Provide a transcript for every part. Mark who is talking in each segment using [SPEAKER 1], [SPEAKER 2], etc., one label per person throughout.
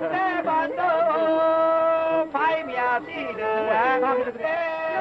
[SPEAKER 1] 在板头拍面子的。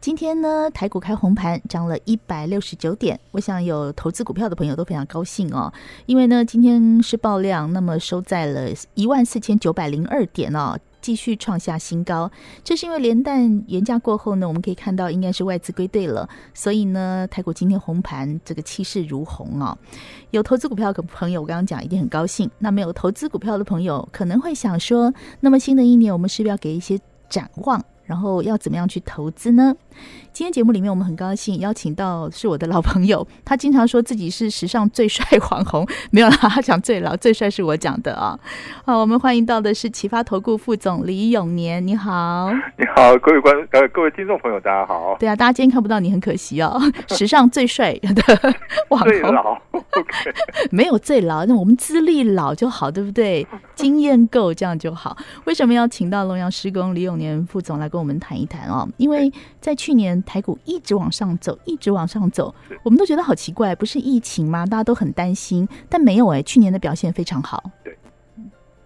[SPEAKER 2] 今天呢，台股开红盘，涨了一百六十九点。我想有投资股票的朋友都非常高兴哦，因为呢，今天是爆量，那么收在了一万四千九百零二点哦。继续创下新高，这是因为连带原价过后呢，我们可以看到应该是外资归队了，所以呢，台股今天红盘，这个气势如虹哦。有投资股票的朋友，我刚刚讲一定很高兴。那没有投资股票的朋友，可能会想说，那么新的一年我们是不是要给一些展望？然后要怎么样去投资呢？今天节目里面，我们很高兴邀请到是我的老朋友，他经常说自己是史上最帅网红，没有啦，他讲最老最帅是我讲的啊。好，我们欢迎到的是启发投顾副总李永年，你好。
[SPEAKER 3] 你好，各位观呃各位听众朋友，大家好。
[SPEAKER 2] 对啊，大家今天看不到你很可惜哦，史上最帅的网
[SPEAKER 3] 最
[SPEAKER 2] 红
[SPEAKER 3] 老，OK，
[SPEAKER 2] 没有最老，那我们资历老就好，对不 对？经验够，这样就好。为什么要请到龙阳施工李永年副总来跟我们谈一谈哦？因为在去年台股一直往上走，一直往上走，我们都觉得好奇怪，不是疫情吗？大家都很担心，但没有哎，去年的表现非常好。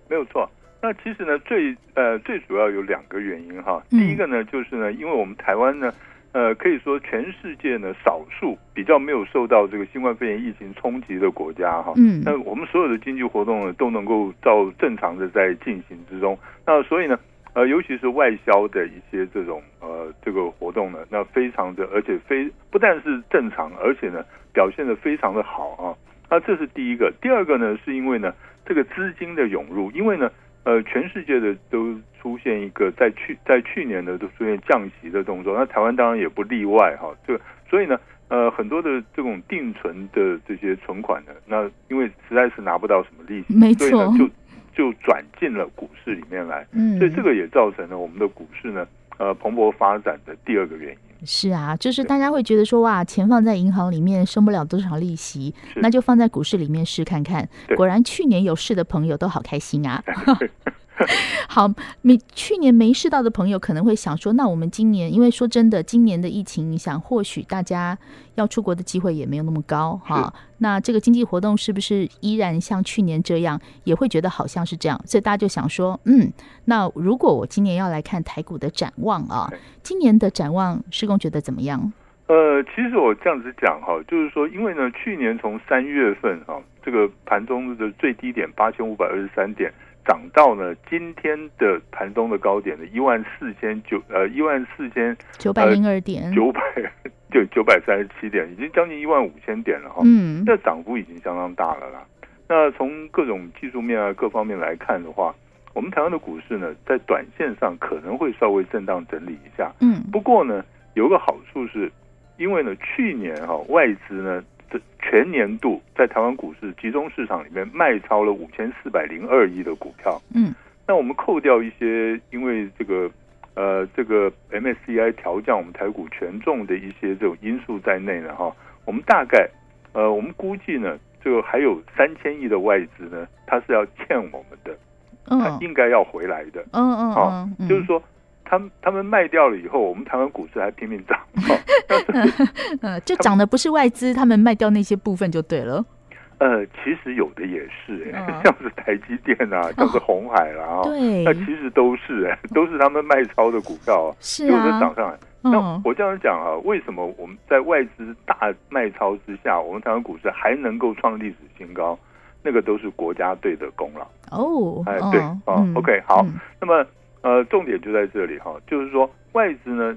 [SPEAKER 3] 没有错。那其实呢，最呃最主要有两个原因哈。
[SPEAKER 2] 嗯
[SPEAKER 3] 第一个呢，就是呢，因为我们台湾呢，呃，可以说全世界呢少数比较没有受到这个新冠肺炎疫情冲击的国家哈。
[SPEAKER 2] 嗯
[SPEAKER 3] 那我们所有的经济活动呢都能够照正常的在进行之中。那所以呢，呃，尤其是外销的一些这种呃这个活动呢，那非常的，而且非不但是正常，而且呢表现的非常的好啊。那这是第一个，第二个呢，是因为呢这个资金的涌入，因为呢呃全世界的都出现一个在去在去年呢都出现降息的动作，那台湾当然也不例外哈、这个所以呢。呃，很多的这种定存的这些存款呢，那因为实在是拿不到什么利息，
[SPEAKER 2] 没
[SPEAKER 3] 所以呢
[SPEAKER 2] 错
[SPEAKER 3] 就就转进了股市里面来。
[SPEAKER 2] 嗯
[SPEAKER 3] 所以这个也造成了我们的股市呢，呃，蓬勃发展的第二个原因。
[SPEAKER 2] 是啊，就是
[SPEAKER 3] 对
[SPEAKER 2] 大家会觉得说哇，钱放在银行里面生不了多少利息，
[SPEAKER 3] 是
[SPEAKER 2] 那就放在股市里面试看看。
[SPEAKER 3] 对
[SPEAKER 2] 果然去年有试的朋友都好开心 啊。好，没去年没试到的朋友可能会想说，那我们今年，因为说真的，今年的疫情影响，或许大家要出国的机会也没有那么高哈。那这个经济活动是不是依然像去年这样，也会觉得好像是这样，所以大家就想说，嗯，那如果我今年要来看台股的展望啊
[SPEAKER 3] 对，
[SPEAKER 2] 今年的展望，施工觉得怎么样？
[SPEAKER 3] 呃，其实我这样子讲哈，就是说，因为呢，去年从三月份哈，这个盘中的最低点八千五百二十三点，涨到呢今天的盘中的高点的一万四千九呃一万四千
[SPEAKER 2] 九百零二点，
[SPEAKER 3] 呃九百九九百三十七点，已经将近一万五千点了哈。
[SPEAKER 2] 嗯，
[SPEAKER 3] 这涨幅已经相当大了啦。那从各种技术面啊各方面来看的话，我们台湾的股市呢，在短线上可能会稍微震荡整理一下。
[SPEAKER 2] 嗯，
[SPEAKER 3] 不过呢，有个好处是，因为呢，去年哈、外资呢，这全年度在台湾股市集中市场里面卖超了五千四百零二亿的股票。
[SPEAKER 2] 嗯，
[SPEAKER 3] 那我们扣掉一些因为这个呃这个 MSCI 调降我们台股权重的一些这种因素在内呢，哈，我们大概呃我们估计呢，这个还有三千亿的外资呢，它是要欠我们的，
[SPEAKER 2] 嗯，
[SPEAKER 3] 它应该要回来的。
[SPEAKER 2] 嗯嗯
[SPEAKER 3] 好
[SPEAKER 2] 嗯嗯，
[SPEAKER 3] 就是说，他们他们卖掉了以后，我们台湾股市还拼命 涨。哦但是
[SPEAKER 2] 呃，就涨的不是外资，他们卖掉那些部分就对了。
[SPEAKER 3] 呃，其实有的也是、哎
[SPEAKER 2] 嗯哦
[SPEAKER 3] 像是台积电啊，像是红海啦、啊，
[SPEAKER 2] 对
[SPEAKER 3] 那其实都是、 哎，都是他们卖超的股票、啊，
[SPEAKER 2] 是
[SPEAKER 3] 结果就涨
[SPEAKER 2] 啊，
[SPEAKER 3] 上来。那
[SPEAKER 2] 嗯，
[SPEAKER 3] 我这样讲啊，为什么我们在外资大卖超之下，我们台湾股市还能够创历史新高？那个都是国家队的功劳。
[SPEAKER 2] 哦，
[SPEAKER 3] 哎
[SPEAKER 2] 哦
[SPEAKER 3] 对哦
[SPEAKER 2] 嗯
[SPEAKER 3] OK，好
[SPEAKER 2] 嗯
[SPEAKER 3] 那么呃，重点就在这里哈，就是说外资呢，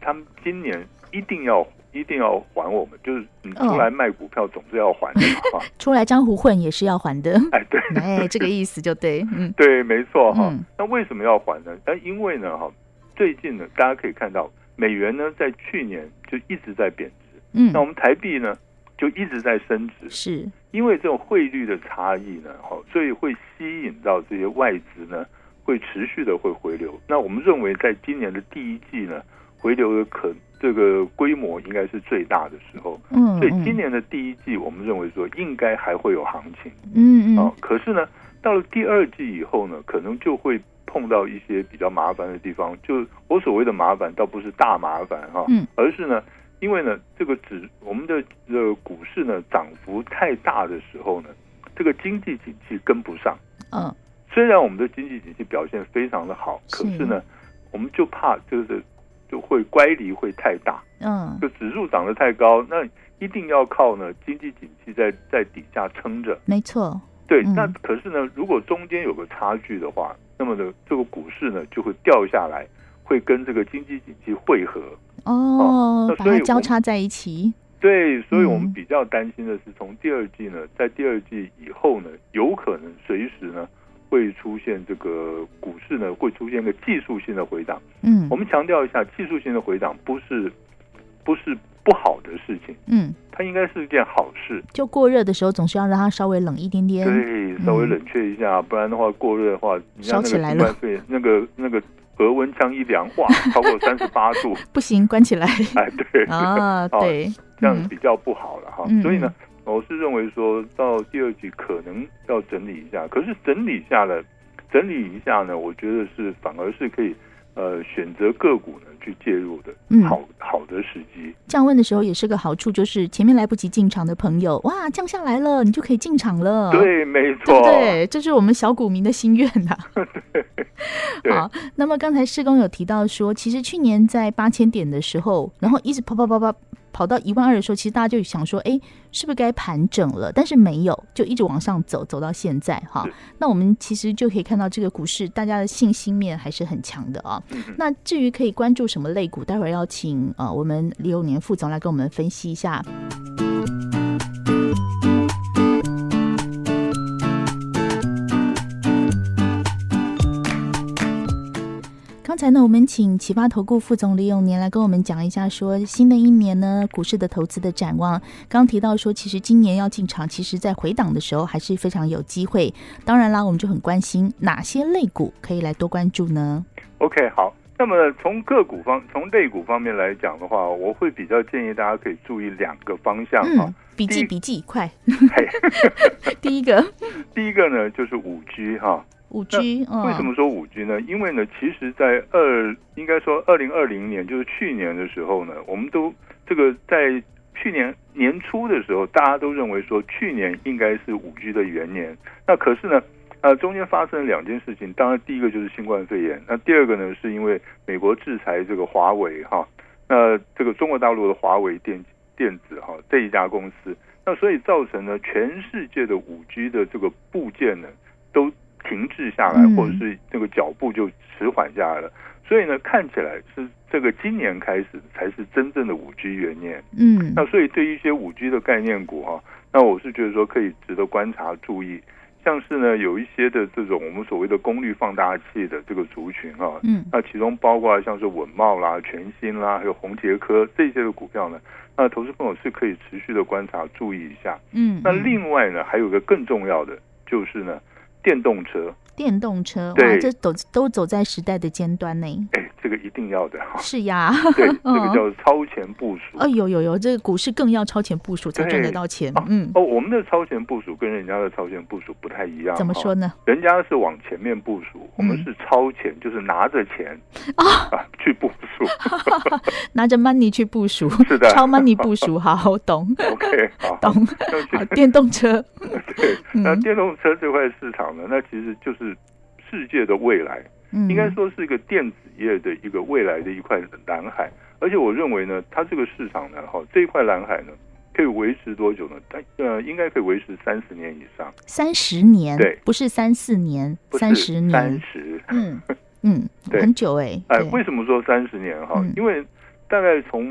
[SPEAKER 3] 他们今年一定要一定要还我们，就是你
[SPEAKER 2] 哦
[SPEAKER 3] 出来卖股票总是要还的嘛哈。
[SPEAKER 2] 出来江湖混也是要还的，
[SPEAKER 3] 哎，对
[SPEAKER 2] 哎，这个意思就对，嗯
[SPEAKER 3] 对，没错哈
[SPEAKER 2] 嗯。
[SPEAKER 3] 那为什么要还呢？那因为呢哈，最近呢，大家可以看到美元呢在去年就一直在贬值，那我
[SPEAKER 2] 嗯，
[SPEAKER 3] 们台币呢就一直在升值，
[SPEAKER 2] 是，
[SPEAKER 3] 因为这种汇率的差异呢，哈，所以会吸引到这些外资呢，会持续的会回流。那我们认为，在今年的第一季呢，回流的可这个规模应该是最大的时候。
[SPEAKER 2] 嗯
[SPEAKER 3] 所以今年的第一季，我们认为说应该还会有行情
[SPEAKER 2] 嗯嗯
[SPEAKER 3] 啊
[SPEAKER 2] 嗯。
[SPEAKER 3] 可是呢，到了第二季以后呢，可能就会碰到一些比较麻烦的地方。就我所谓的麻烦，倒不是大麻烦哈、
[SPEAKER 2] 嗯
[SPEAKER 3] 而是呢，因为呢，这个指我们的呃股市呢涨幅太大的时候呢，这个经济景气跟不上。
[SPEAKER 2] 嗯
[SPEAKER 3] 虽然我们的经济景气表现非常的好，
[SPEAKER 2] 是
[SPEAKER 3] 可是呢，我们就怕就是就会乖离会太大，
[SPEAKER 2] 嗯
[SPEAKER 3] 就指数涨得太高，那一定要靠呢经济景气在在底下撑着。
[SPEAKER 2] 没错，
[SPEAKER 3] 对，
[SPEAKER 2] 嗯
[SPEAKER 3] 那可是呢，如果中间有个差距的话，那么呢，这个股市呢就会掉下来，会跟这个经济景气汇合。
[SPEAKER 2] 哦，
[SPEAKER 3] 那
[SPEAKER 2] 把
[SPEAKER 3] 所
[SPEAKER 2] 它
[SPEAKER 3] 以
[SPEAKER 2] 交
[SPEAKER 3] 我
[SPEAKER 2] 叉在一起，
[SPEAKER 3] 对，所以我们
[SPEAKER 2] 嗯
[SPEAKER 3] 比较担心的是，从第二季呢，在第二季以后呢，有可能随时呢会出现这个股市呢会出现一个技术性的回档。
[SPEAKER 2] 嗯
[SPEAKER 3] 我们强调一下，技术性的回档不是不是不好的事情，
[SPEAKER 2] 嗯，
[SPEAKER 3] 它应该是一件好事。
[SPEAKER 2] 就过热的时候总是要让它稍微冷一点点，
[SPEAKER 3] 对，稍微冷却一下，不然的话过热的话，你
[SPEAKER 2] 烧
[SPEAKER 3] 像那
[SPEAKER 2] 起
[SPEAKER 3] 个
[SPEAKER 2] 来
[SPEAKER 3] 新
[SPEAKER 2] 了
[SPEAKER 3] 冠肺炎那个那个额温枪一量，哇，超过三十八度，
[SPEAKER 2] 不行，关起来
[SPEAKER 3] 哎，对，
[SPEAKER 2] 啊，
[SPEAKER 3] 哦
[SPEAKER 2] 对，
[SPEAKER 3] 这样
[SPEAKER 2] 嗯
[SPEAKER 3] 比较不好了哈。
[SPEAKER 2] 嗯
[SPEAKER 3] 所以呢，我是认为说到第二季可能要整理一下，可是整理下了，整理一下呢，我觉得是反而是可以呃选择个股呢去介入的
[SPEAKER 2] 嗯
[SPEAKER 3] 好好的时机。
[SPEAKER 2] 降温的时候也是个好处，就是前面来不及进场的朋友，哇，降下来了，你就可以进场了。。
[SPEAKER 3] 对，没
[SPEAKER 2] 对
[SPEAKER 3] 错
[SPEAKER 2] 不，呃对？这是我们小股民的心愿呐、
[SPEAKER 3] 对
[SPEAKER 2] 好，那么刚才施工有提到说，其实去年在八千点的时候，然后一直跑跑跑跑跑到一万二的时候，其实大家就想说，哎，是不是该盘整了？但是没有，就一直往上走，走到现在哈
[SPEAKER 3] 是。
[SPEAKER 2] 那我们其实就可以看到这个股市，大家的信心面还是很强的啊、
[SPEAKER 3] 嗯嗯
[SPEAKER 2] 那至于可以关注什么类股，待会儿要请呃我们李永年副总来跟我们分析一下。刚才呢，我们请启发投顾副总李永年来跟我们讲一下说，新的一年呢股市的投资的展望。刚提到说，其实今年要进场，其实在回档的时候还是非常有机会。当然啦，我们就很关心哪些类股可以来多关注 呢？
[SPEAKER 3] OK，好。那么从个股方、从类股方面来讲的话，我会比较建议大家可以注意两个方向哈、
[SPEAKER 2] 嗯，笔
[SPEAKER 3] 第
[SPEAKER 2] 记
[SPEAKER 3] 一
[SPEAKER 2] 笔记，快！
[SPEAKER 3] 嘿
[SPEAKER 2] 第一个
[SPEAKER 3] 第一个呢就是五 G 哈，
[SPEAKER 2] 五 G，嗯，
[SPEAKER 3] 为什么说五 G 呢？因为呢，其实，在二应该说二零二零年，就是去年的时候呢，我们都这个在去年年初的时候，大家都认为说去年应该是五 G 的元年。那可是呢，呃，中间发生了两件事情，当然第一个就是新冠肺炎，那第二个呢，是因为美国制裁这个华为哈，那呃这个中国大陆的华为电电子哈这一家公司，那所以造成呢，全世界的五 G 的这个部件呢都停滞下来，
[SPEAKER 2] 嗯
[SPEAKER 3] 或者是这个脚步就迟缓下来了。所以呢，看起来是这个今年开始才是真正的五 G 元年。
[SPEAKER 2] 嗯
[SPEAKER 3] 那所以对于一些五 G 的概念股哈、那我是觉得说可以值得观察注意。像是呢，有一些的这种我们所谓的功率放大器的这个族群啊，
[SPEAKER 2] 嗯
[SPEAKER 3] 那其中包括像是稳茂啦、全新啦，还有红杰科这些的股票呢，那投资朋友是可以持续的观察注意一下。
[SPEAKER 2] 嗯，
[SPEAKER 3] 那
[SPEAKER 2] 嗯
[SPEAKER 3] 另外呢，还有一个更重要的就是呢，电动车，
[SPEAKER 2] 电动车，哇，
[SPEAKER 3] 对
[SPEAKER 2] 这走都走在时代的尖端呢。
[SPEAKER 3] 哎，这个一定要的 哈，
[SPEAKER 2] 是呀，
[SPEAKER 3] 对，这个叫超前部署。
[SPEAKER 2] 哦，有有有，这个股市更要超前部署才赚得
[SPEAKER 3] 对
[SPEAKER 2] 到钱
[SPEAKER 3] 哦。
[SPEAKER 2] 嗯，
[SPEAKER 3] 哦，我们的超前部署跟人家的超前部署不太一样。
[SPEAKER 2] 怎么说
[SPEAKER 3] 呢？
[SPEAKER 2] 呢？嗯
[SPEAKER 3] 人家是往前面部署，我们是超前，就是拿着钱
[SPEAKER 2] 哦
[SPEAKER 3] 啊去部 署。
[SPEAKER 2] 拿着 money 去部署，
[SPEAKER 3] 是的
[SPEAKER 2] 超 money 部署，好 懂
[SPEAKER 3] OK，好，
[SPEAKER 2] 懂。
[SPEAKER 3] 那
[SPEAKER 2] 好
[SPEAKER 3] 去，
[SPEAKER 2] 电动车，
[SPEAKER 3] 对，那
[SPEAKER 2] 嗯
[SPEAKER 3] 电动车这块市场呢，那其实就是世界的未来，
[SPEAKER 2] 嗯，
[SPEAKER 3] 应该说是一个电子业的一个未来的一块蓝海。而且我认为呢，它这个市场呢，哈，这一块蓝海呢，可以维持多久呢？它呃，应该可以维持三十年以上，
[SPEAKER 2] 三十年
[SPEAKER 3] 对，
[SPEAKER 2] 不是三四年，
[SPEAKER 3] 不
[SPEAKER 2] 三十
[SPEAKER 3] 是三
[SPEAKER 2] 年，
[SPEAKER 3] 十。
[SPEAKER 2] 嗯，嗯，
[SPEAKER 3] 对
[SPEAKER 2] 很久哎、
[SPEAKER 3] 哎，
[SPEAKER 2] 对
[SPEAKER 3] 为什么说三十年哈
[SPEAKER 2] 嗯？
[SPEAKER 3] 因为大概从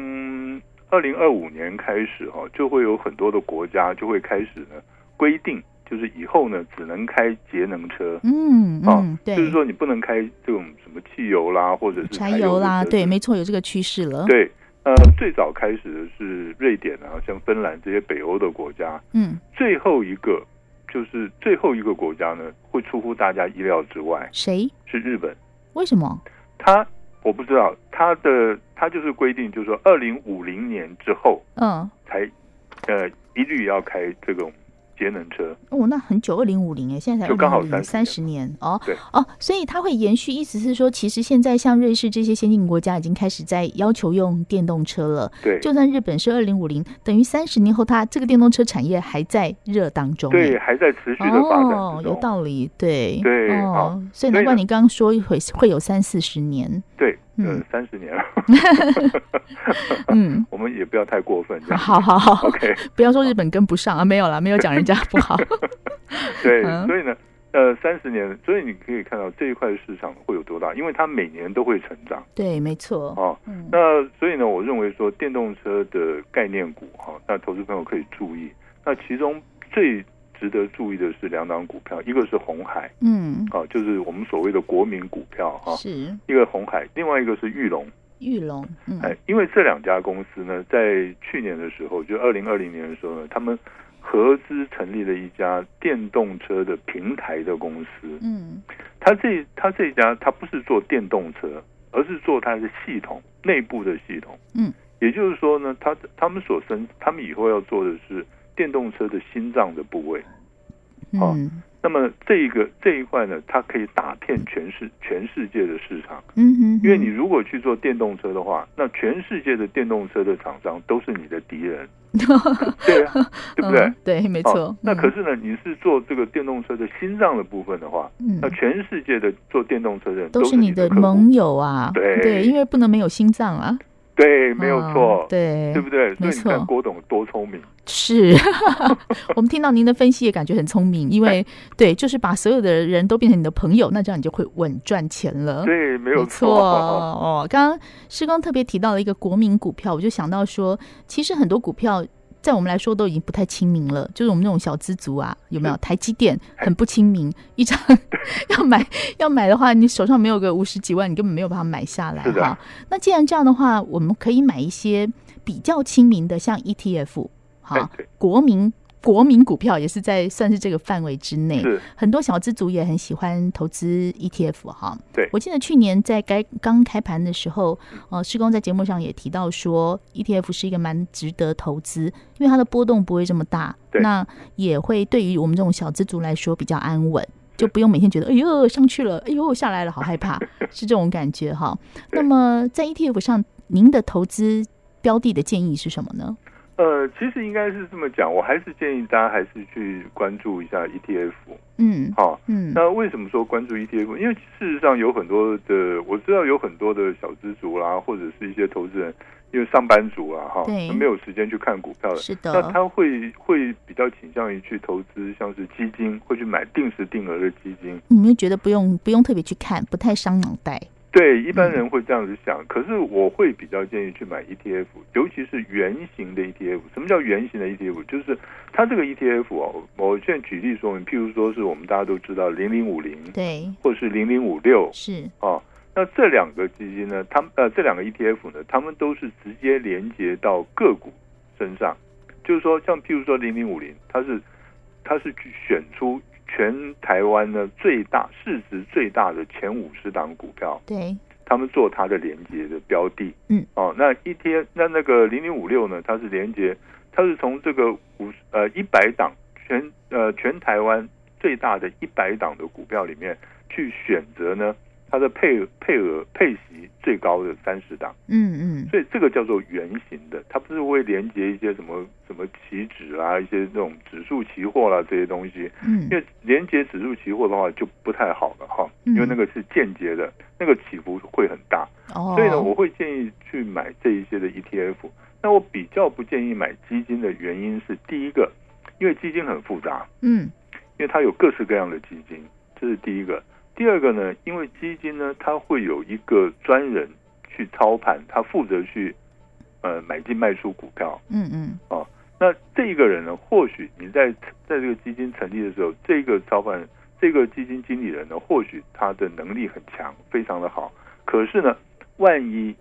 [SPEAKER 3] 二零二五年开始哈，就会有很多的国家就会开始呢规定，就是以后呢只能开节能车。
[SPEAKER 2] 嗯嗯，对，
[SPEAKER 3] 啊哦就是说你不能开这种什么汽油啦，或者是
[SPEAKER 2] 柴
[SPEAKER 3] 油
[SPEAKER 2] 油
[SPEAKER 3] 的
[SPEAKER 2] 啦，
[SPEAKER 3] 车
[SPEAKER 2] 对，
[SPEAKER 3] 子
[SPEAKER 2] 没错，有这个趋势了。，
[SPEAKER 3] 对，呃，最早开始的是瑞典啊，像芬兰这些北欧的国家。
[SPEAKER 2] 嗯，
[SPEAKER 3] 最后一个就是最后一个国家呢，会出乎大家意料之外，
[SPEAKER 2] 谁？
[SPEAKER 3] 是日本。
[SPEAKER 2] 为什么？
[SPEAKER 3] 它我不知道它的它就是规定，就是说二零五零年之后
[SPEAKER 2] 嗯，
[SPEAKER 3] 才呃一律要开这种节能车。
[SPEAKER 2] 哦，那很久，二零五零哎，现在才
[SPEAKER 3] 就刚好
[SPEAKER 2] 二零三十
[SPEAKER 3] 30
[SPEAKER 2] 年哦，
[SPEAKER 3] 对
[SPEAKER 2] 哦，所以它会延续，意思是说，其实现在像瑞士这些先进国家已经开始在要求用电动车了。
[SPEAKER 3] 对，
[SPEAKER 2] 就算日本是二零五零，等于三十年后，它这个电动车产业还在热当中。
[SPEAKER 3] 对，
[SPEAKER 2] 哎，
[SPEAKER 3] 还在持续的发展
[SPEAKER 2] 哦，
[SPEAKER 3] 之
[SPEAKER 2] 有
[SPEAKER 3] 中。
[SPEAKER 2] 道理，对，
[SPEAKER 3] 对好
[SPEAKER 2] 哦，所以难怪
[SPEAKER 3] 所以呢
[SPEAKER 2] 你刚刚说会会有三四十 年，
[SPEAKER 3] 对，
[SPEAKER 2] 嗯
[SPEAKER 3] 呃，三十年了，
[SPEAKER 2] 嗯，
[SPEAKER 3] 我们也不要太过分。这样
[SPEAKER 2] 好好好
[SPEAKER 3] OK，
[SPEAKER 2] 不要说日本跟不上啊，没有啦，没有讲人家不 好，
[SPEAKER 3] 对
[SPEAKER 2] 嗯，
[SPEAKER 3] 所以呢，呃，三十年，所以你可以看到这一块市场会有多大，因为它每年都会成长
[SPEAKER 2] 对，没错，
[SPEAKER 3] 哦。
[SPEAKER 2] 嗯
[SPEAKER 3] 那所以呢，我认为说电动车的概念股哈、那投资朋友可以注意。那其中最值得注意的是两档股票，一个是红海
[SPEAKER 2] 嗯，
[SPEAKER 3] 啊，就是我们所谓的国民股票哈、
[SPEAKER 2] 是
[SPEAKER 3] 一个红海，另外一个是玉龙。
[SPEAKER 2] 玉龙，嗯，
[SPEAKER 3] 哎，因为这两家公司呢，在去年的时候，就二零二零年的时候呢，他们合资成立了一家电动车的平台的公司。
[SPEAKER 2] 嗯
[SPEAKER 3] 它这它这一家，它不是做电动车，而是做它的系统内部的系统。
[SPEAKER 2] 嗯，
[SPEAKER 3] 也就是说呢，它他们所生，他们以后要做的是电动车的心脏的部位。好
[SPEAKER 2] 嗯
[SPEAKER 3] 那么这一个这一块呢，它可以打遍全世全世界的市场。
[SPEAKER 2] 嗯哼，
[SPEAKER 3] 因为你如果去做电动车的话，那全世界的电动车的厂商都是你的敌 人，对啊，对不对？
[SPEAKER 2] 嗯对，没
[SPEAKER 3] 哦
[SPEAKER 2] 错。
[SPEAKER 3] 那
[SPEAKER 2] 嗯
[SPEAKER 3] 可是呢，你是做这个电动车的心脏的部分的话，
[SPEAKER 2] 嗯
[SPEAKER 3] 那，全世界的做电动车的人
[SPEAKER 2] 都
[SPEAKER 3] 是
[SPEAKER 2] 是你
[SPEAKER 3] 的
[SPEAKER 2] 的
[SPEAKER 3] 客户
[SPEAKER 2] 盟友啊，
[SPEAKER 3] 对
[SPEAKER 2] 因为不能没有心脏啊，
[SPEAKER 3] 对，没有
[SPEAKER 2] 嗯
[SPEAKER 3] 错，
[SPEAKER 2] 对，
[SPEAKER 3] 对不对？所
[SPEAKER 2] 没
[SPEAKER 3] 以你看
[SPEAKER 2] 错
[SPEAKER 3] 郭董多聪明，
[SPEAKER 2] 是。 我们听到您的分析也感觉很聪明，因 为对，就是把所有的人都变成你的朋友，那这样你就会稳赚钱了。
[SPEAKER 3] 对，没有
[SPEAKER 2] 嗯错哦。刚刚施工特别提到了一个国民股票，我就想到说，其实很多股票在我们来说都已经不太亲民了，就是我们那种小资族啊，有
[SPEAKER 3] 嗯
[SPEAKER 2] 没有？台积电很不亲民，一张 要买要买的话，你手上没有个五十几万，你根本没有办法买下来
[SPEAKER 3] 是的
[SPEAKER 2] 哈。那既然这样的话，我们可以买一些比较亲民的，像 ETF
[SPEAKER 3] 哎
[SPEAKER 2] 哈，
[SPEAKER 3] 对
[SPEAKER 2] 国民。国民股票也是在算是这个范围之内，
[SPEAKER 3] 是
[SPEAKER 2] 很多小资族也很喜欢投资 ETF 哈。
[SPEAKER 3] 对嗯
[SPEAKER 2] 我记得去年在该刚开盘的时候，呃，施工在节目上也提到说，ETF 是一个蛮值得投资，因为它的波动不会这么大，
[SPEAKER 3] 对
[SPEAKER 2] 那也会对于我们这种小资族来说比较安稳。就不用每天觉得哎呦上去了，哎呦下来了，好害 怕，是这种感觉哈。那
[SPEAKER 3] 对
[SPEAKER 2] 么在 ETF 上，您的投资标的的建议是什么呢？
[SPEAKER 3] 呃，其实应该是这么讲，我还是建议大家还是去关注一下 E ETF
[SPEAKER 2] 嗯
[SPEAKER 3] 哈、
[SPEAKER 2] 嗯
[SPEAKER 3] 那为什么说关注 ETF？因为事实上有很多的，我知道有很多的小资族啦，或者是一些投资人，因为上班族啊，哈
[SPEAKER 2] 对，
[SPEAKER 3] 没有时间去看股票的，
[SPEAKER 2] 是
[SPEAKER 3] 那
[SPEAKER 2] 的，
[SPEAKER 3] 他会会比较倾向于去投资，像是基金，会去买定时定额的基金。
[SPEAKER 2] 你们觉得不用不用特别去看，不太伤脑袋。
[SPEAKER 3] 对，一般人会这样子
[SPEAKER 2] 嗯
[SPEAKER 3] 想，可是我会比较建议去买 ETF，尤其是圆形的 ETF。什么叫圆形的 ETF？就是它这个 ETF 哦，我现在举例说明，譬如说是我们大家都知道零零五零，
[SPEAKER 2] 对，
[SPEAKER 3] 或是零零五六，
[SPEAKER 2] 是
[SPEAKER 3] 哦，那这两个基金呢，他们呃这两个 ETF 呢，他们都是直接连接到个股身上，就是说像譬如说零零五零，它是它是去选出全台湾呢最大市值最大的前五十档股票，
[SPEAKER 2] 对，
[SPEAKER 3] 他们做它的连接的标的，
[SPEAKER 2] 嗯，
[SPEAKER 3] 哦，那 ETF 那那个零零五六呢，它是连接，它是从这个五呃一百档全呃全台湾最大的一百档的股票里面去选择呢，它的配配额配息最高的三十档，
[SPEAKER 2] 嗯嗯，
[SPEAKER 3] 所以这个叫做圆形的，它不是会连接一些什么什么期指啊，一些这种指数期货啦、这些东西，
[SPEAKER 2] 嗯
[SPEAKER 3] 因为连接指数期货的话就不太好了哈，
[SPEAKER 2] 嗯
[SPEAKER 3] 因为那个是间接的，那个起伏会很大。
[SPEAKER 2] 哦，
[SPEAKER 3] 所以呢，我会建议去买这一些的 ETF。那我比较不建议买基金的原因是，第一个，因为基金很复杂，
[SPEAKER 2] 嗯
[SPEAKER 3] 因为它有各式各样的基金，这是第一个。第二个呢，因为基金呢，它会有一个专人去操盘，他负责去呃买进卖出股票。
[SPEAKER 2] 嗯嗯
[SPEAKER 3] 那这一个人呢，或许你在在这个基金成立的时候，这个操办这个基金经理人呢，或许他的能力很强，非常的好。可是呢，万一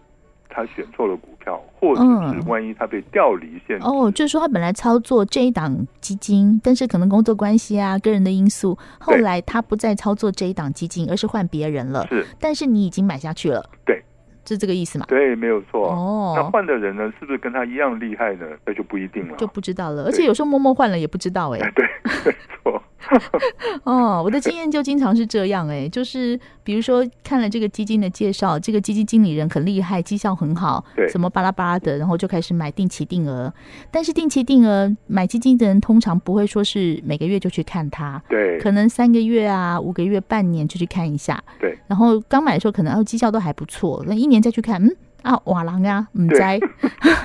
[SPEAKER 3] 他选错了股票，或者
[SPEAKER 2] 嗯
[SPEAKER 3] 是万一他被调离现
[SPEAKER 2] 哦，就是说他本来操作这一档基金，但是可能工作关系啊、个人的因素，后
[SPEAKER 3] 对
[SPEAKER 2] 来他不再操作这一档基金，而是换别人了。
[SPEAKER 3] 是
[SPEAKER 2] 但是你已经买下去了，
[SPEAKER 3] 对，
[SPEAKER 2] 是这个意思嘛？
[SPEAKER 3] 对，没有错。那
[SPEAKER 2] 哦，
[SPEAKER 3] 换的人呢，是不是跟他一样厉害呢？那就不一定了。
[SPEAKER 2] 就不知道了，而且有时候默默换了也不知道哎、
[SPEAKER 3] 对，没错，
[SPEAKER 2] 哦，我的经验就经常是这样哎、就是比如说看了这个基金的介绍，这个基金经理人很厉害，绩效很好，
[SPEAKER 3] 对
[SPEAKER 2] 什么巴拉巴拉的，然后就开始买定期定额。但是定期定额买基金的人通常不会说是每个月就去看它，
[SPEAKER 3] 对，
[SPEAKER 2] 可能三个月啊、五个月、半年就去看一下。
[SPEAKER 3] 对。
[SPEAKER 2] 然后刚买的时候可能哦绩效都还不错，那一年再去看，嗯啊瓦郎啊，嗯
[SPEAKER 3] 对
[SPEAKER 2] 摘。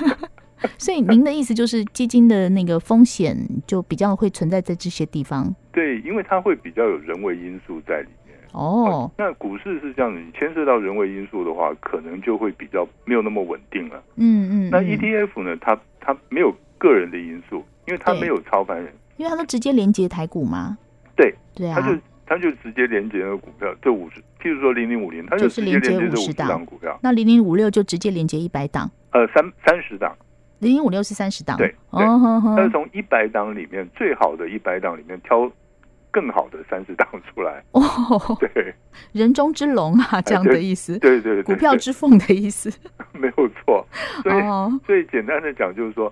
[SPEAKER 2] 所以您的意思就是基金的那个风险就比较会存在在这些地方
[SPEAKER 3] 对，因为它会比较有人为因素在里面。
[SPEAKER 2] 哦。
[SPEAKER 3] 那股市是这样子，你牵涉到人为因素的话，可能就会比较没有那么稳定了。
[SPEAKER 2] 嗯嗯，
[SPEAKER 3] 那
[SPEAKER 2] 嗯
[SPEAKER 3] ETF 呢，它它没有个人的因素，因为它
[SPEAKER 2] 对
[SPEAKER 3] 没有操盘人，
[SPEAKER 2] 因为它都直接连接台股嘛。
[SPEAKER 3] 对
[SPEAKER 2] 对啊
[SPEAKER 3] 它，就它就直接连接那个股票，这五十，譬如说零零五零，它
[SPEAKER 2] 就
[SPEAKER 3] 就是直接
[SPEAKER 2] 连接
[SPEAKER 3] 连接这
[SPEAKER 2] 50
[SPEAKER 3] 五十
[SPEAKER 2] 档
[SPEAKER 3] 档股票，
[SPEAKER 2] 那零零五六就直接连接一百档，
[SPEAKER 3] 呃，三三十档，
[SPEAKER 2] 零零五六是三十档。
[SPEAKER 3] 对
[SPEAKER 2] 哦
[SPEAKER 3] 对
[SPEAKER 2] 呵
[SPEAKER 3] 它是
[SPEAKER 2] 呵，
[SPEAKER 3] 从一百档里面最好的一百档里面挑更好的三十档出来，
[SPEAKER 2] 哦，
[SPEAKER 3] 对
[SPEAKER 2] 人中之龙啊，这样的意思，
[SPEAKER 3] 对对对，
[SPEAKER 2] 股票
[SPEAKER 3] 对
[SPEAKER 2] 之凤的意思。
[SPEAKER 3] 没有错，所以
[SPEAKER 2] 哦，
[SPEAKER 3] 最简单的讲就是说，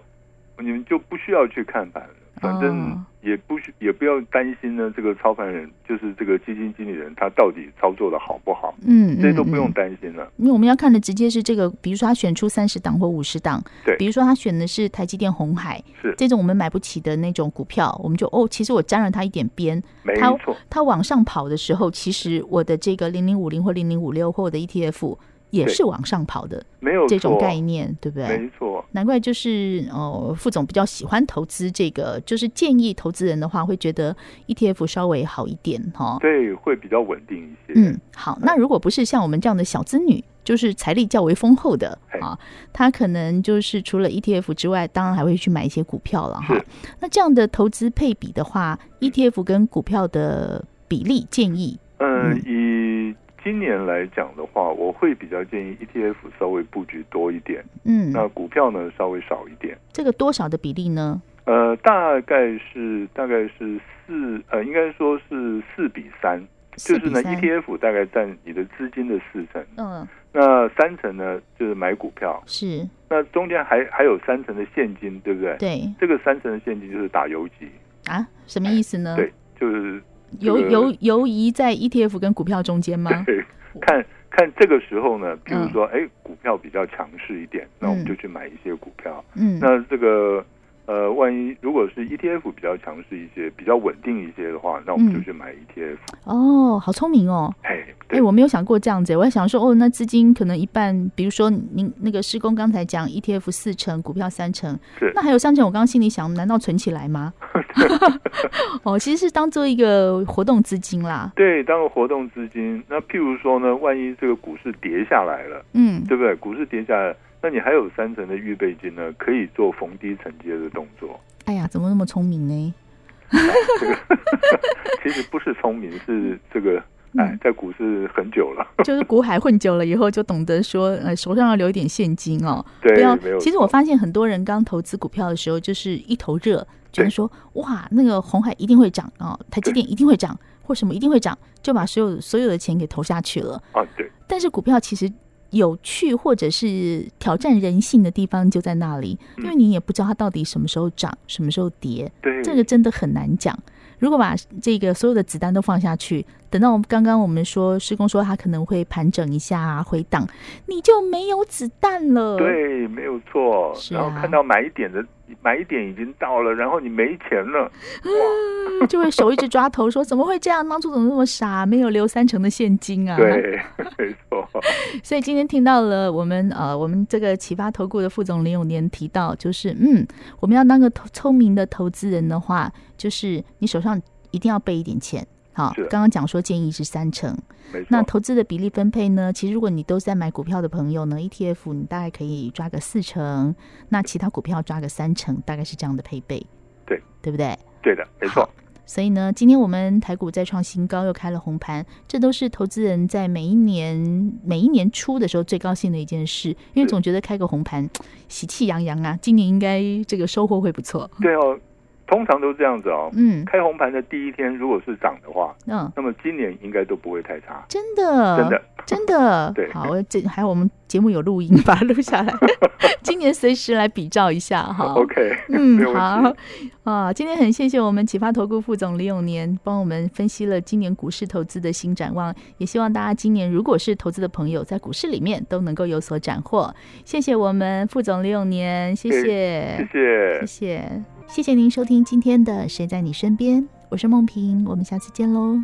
[SPEAKER 3] 你们就不需要去看盘了，反正
[SPEAKER 2] 哦
[SPEAKER 3] 也不需也不要担心呢。这个操盘人就是这个基金经理人，他到底操作的好不好，
[SPEAKER 2] 嗯，嗯
[SPEAKER 3] 这些都不用
[SPEAKER 2] 嗯
[SPEAKER 3] 担心了。
[SPEAKER 2] 因为我们要看的直接是这个，比如说他选出三十档或五十档，
[SPEAKER 3] 对
[SPEAKER 2] 比如说他选的是台积电、红海，
[SPEAKER 3] 是
[SPEAKER 2] 这种我们买不起的那种股票，我们就哦，其实我沾了它一点边，
[SPEAKER 3] 没
[SPEAKER 2] 它
[SPEAKER 3] 错，
[SPEAKER 2] 它往上跑的时候，其实我的这个零零五零或零零五六或我的 ETF 也
[SPEAKER 3] 对
[SPEAKER 2] 是往上跑的
[SPEAKER 3] 没有
[SPEAKER 2] 这种
[SPEAKER 3] 错
[SPEAKER 2] 概，念，对不对？
[SPEAKER 3] 没错，
[SPEAKER 2] 难怪就是哦，副总比较喜欢投资这个，就是建议投资人的话，会觉得 ETF 稍微好一点哈、哦。
[SPEAKER 3] 对，会比较稳定一些。
[SPEAKER 2] 嗯，好，那如果不是像我们这样的小资女，就是财力较为丰厚的
[SPEAKER 3] 嘿
[SPEAKER 2] 啊，她可能就是除了 ETF 之外，当然还会去买一些股票了哈
[SPEAKER 3] 是。
[SPEAKER 2] 那这样的投资配比的话，ETF 跟股票的比例建议，
[SPEAKER 3] 嗯，以今年来讲的话，我会比较建议 ETF 稍微布局多一点，
[SPEAKER 2] 嗯，
[SPEAKER 3] 那股票呢稍微少一点。
[SPEAKER 2] 这个多少的比例呢？
[SPEAKER 3] 呃，大概是大概是四呃，应该说是四比三，
[SPEAKER 2] 四
[SPEAKER 3] 就是
[SPEAKER 2] 比
[SPEAKER 3] 呢
[SPEAKER 2] 三。
[SPEAKER 3] ，ETF 大概占你的资金的四成，
[SPEAKER 2] 嗯，
[SPEAKER 3] 那三成呢就是买股票，
[SPEAKER 2] 是
[SPEAKER 3] 那中间还还有三成的现金，对不对？
[SPEAKER 2] 对
[SPEAKER 3] 这个三成的现金就是打游击，
[SPEAKER 2] 啊，什么意思呢？
[SPEAKER 3] 对，就是
[SPEAKER 2] 游
[SPEAKER 3] 这个
[SPEAKER 2] 游游移在 ETF 跟股票中间 吗？
[SPEAKER 3] 对，看看这个时候呢，譬如说，哎、股票比较强势一点，那我们
[SPEAKER 2] 嗯
[SPEAKER 3] 就去买一些股票。
[SPEAKER 2] 嗯，
[SPEAKER 3] 那这个呃，万一如果是 ETF 比较强势一些、比较稳定一些的话，那我们就
[SPEAKER 2] 嗯
[SPEAKER 3] 去买 ETF。
[SPEAKER 2] 哦，好聪明哦。
[SPEAKER 3] 哎，
[SPEAKER 2] 哎、
[SPEAKER 3] 对，
[SPEAKER 2] 我没有想过这样子、我还想说，哦，那资金可能一半，比如说您那个施工刚才讲 ETF 四成，股票三成
[SPEAKER 3] 是，
[SPEAKER 2] 那还有三成，我刚刚心里想，难道存起来 吗？ 哦，其实是当做一个活动资金啦。
[SPEAKER 3] 对，当个活动资金。那譬如说呢，万一这个股市跌下来了，
[SPEAKER 2] 嗯，
[SPEAKER 3] 对不对？股市跌下来，那你还有三成的预备金呢，可以做逢低承接的动作。
[SPEAKER 2] 哎呀，怎么那么聪明呢？
[SPEAKER 3] 其实不是聪明，是 这个
[SPEAKER 2] 嗯
[SPEAKER 3] 哎，在股市很久了。
[SPEAKER 2] 就是股海混久了以后，就懂得说，呃，手上要留一点现金哦，
[SPEAKER 3] 对
[SPEAKER 2] 不要
[SPEAKER 3] 没有。
[SPEAKER 2] 其实我
[SPEAKER 3] 错
[SPEAKER 2] 发现很多人刚投资股票的时候，就是一头热，觉得
[SPEAKER 3] 对
[SPEAKER 2] 说，哇，那个红海一定会涨哦，台积
[SPEAKER 3] 对
[SPEAKER 2] 电一定会涨，或什么一定会涨，就把所有所有的钱给投下去了。
[SPEAKER 3] 啊，对，
[SPEAKER 2] 但是股票其实有趣或者是挑战人性的地方就在那里，因
[SPEAKER 3] 嗯
[SPEAKER 2] 为你也不知道它到底什么时候涨，什么时候跌，
[SPEAKER 3] 对，
[SPEAKER 2] 这个真的很难讲。如果把这个所有的子弹都放下去，等到我们刚刚我们说施工说它可能会盘整一下、啊、回档，你就没有子弹了。
[SPEAKER 3] 对，没有错。
[SPEAKER 2] 是
[SPEAKER 3] 然后
[SPEAKER 2] 啊
[SPEAKER 3] 看到买一点的买一点已经到了，然后你没钱了，
[SPEAKER 2] 嗯，就会手一直抓头说怎么会这样？当初怎么那么傻，没有留三成的现金啊？
[SPEAKER 3] 对，没错，
[SPEAKER 2] 所以今天听到了我们呃，我们这个启发投顾的副总林永年提到，就是嗯，我们要当个投聪明的投资人的话，就是你手上一定要备一点钱。好，
[SPEAKER 3] 是
[SPEAKER 2] 刚刚讲说建议是三成，
[SPEAKER 3] 没错。
[SPEAKER 2] 那投资的比例分配呢？其实如果你都是在买股票的朋友呢，ETF 你大概可以抓个四成，那其他股票抓个三成，大概是这样的配备。
[SPEAKER 3] 对，
[SPEAKER 2] 对不对？
[SPEAKER 3] 对的，没错
[SPEAKER 2] 好。所以呢，今天我们台股再创新高，又开了红盘，这都是投资人在每一年每一年初的时候最高兴的一件事，因为
[SPEAKER 3] 是
[SPEAKER 2] 总觉得开个红盘喜气洋洋啊，今年应该这个收获会不错。
[SPEAKER 3] 对哦，通常都这样子哦。
[SPEAKER 2] 嗯
[SPEAKER 3] 开红盘的第一天如果是涨的话，
[SPEAKER 2] 嗯，
[SPEAKER 3] 那么今年应该都不会太差。
[SPEAKER 2] 真的，
[SPEAKER 3] 真的，
[SPEAKER 2] 真的，
[SPEAKER 3] 对
[SPEAKER 2] 好，我这还有我们节目有录音， 把它录下 来，今年随时来比照一下哈。
[SPEAKER 3] OK，
[SPEAKER 2] 嗯
[SPEAKER 3] 没有，问
[SPEAKER 2] 好
[SPEAKER 3] 题。
[SPEAKER 2] 啊，今天很谢谢我们启发投顾副总李永年帮我们分析了今年股市投资的新展望，也希望大家今年如果是投资的朋友，在股市里面都能够有所斩获。谢谢我们副总李永年，谢
[SPEAKER 3] 谢
[SPEAKER 2] 谢，
[SPEAKER 3] 谢
[SPEAKER 2] 谢。谢，谢谢您收听今天的《谁在你身边》，我是梦萍，我们下次见喽。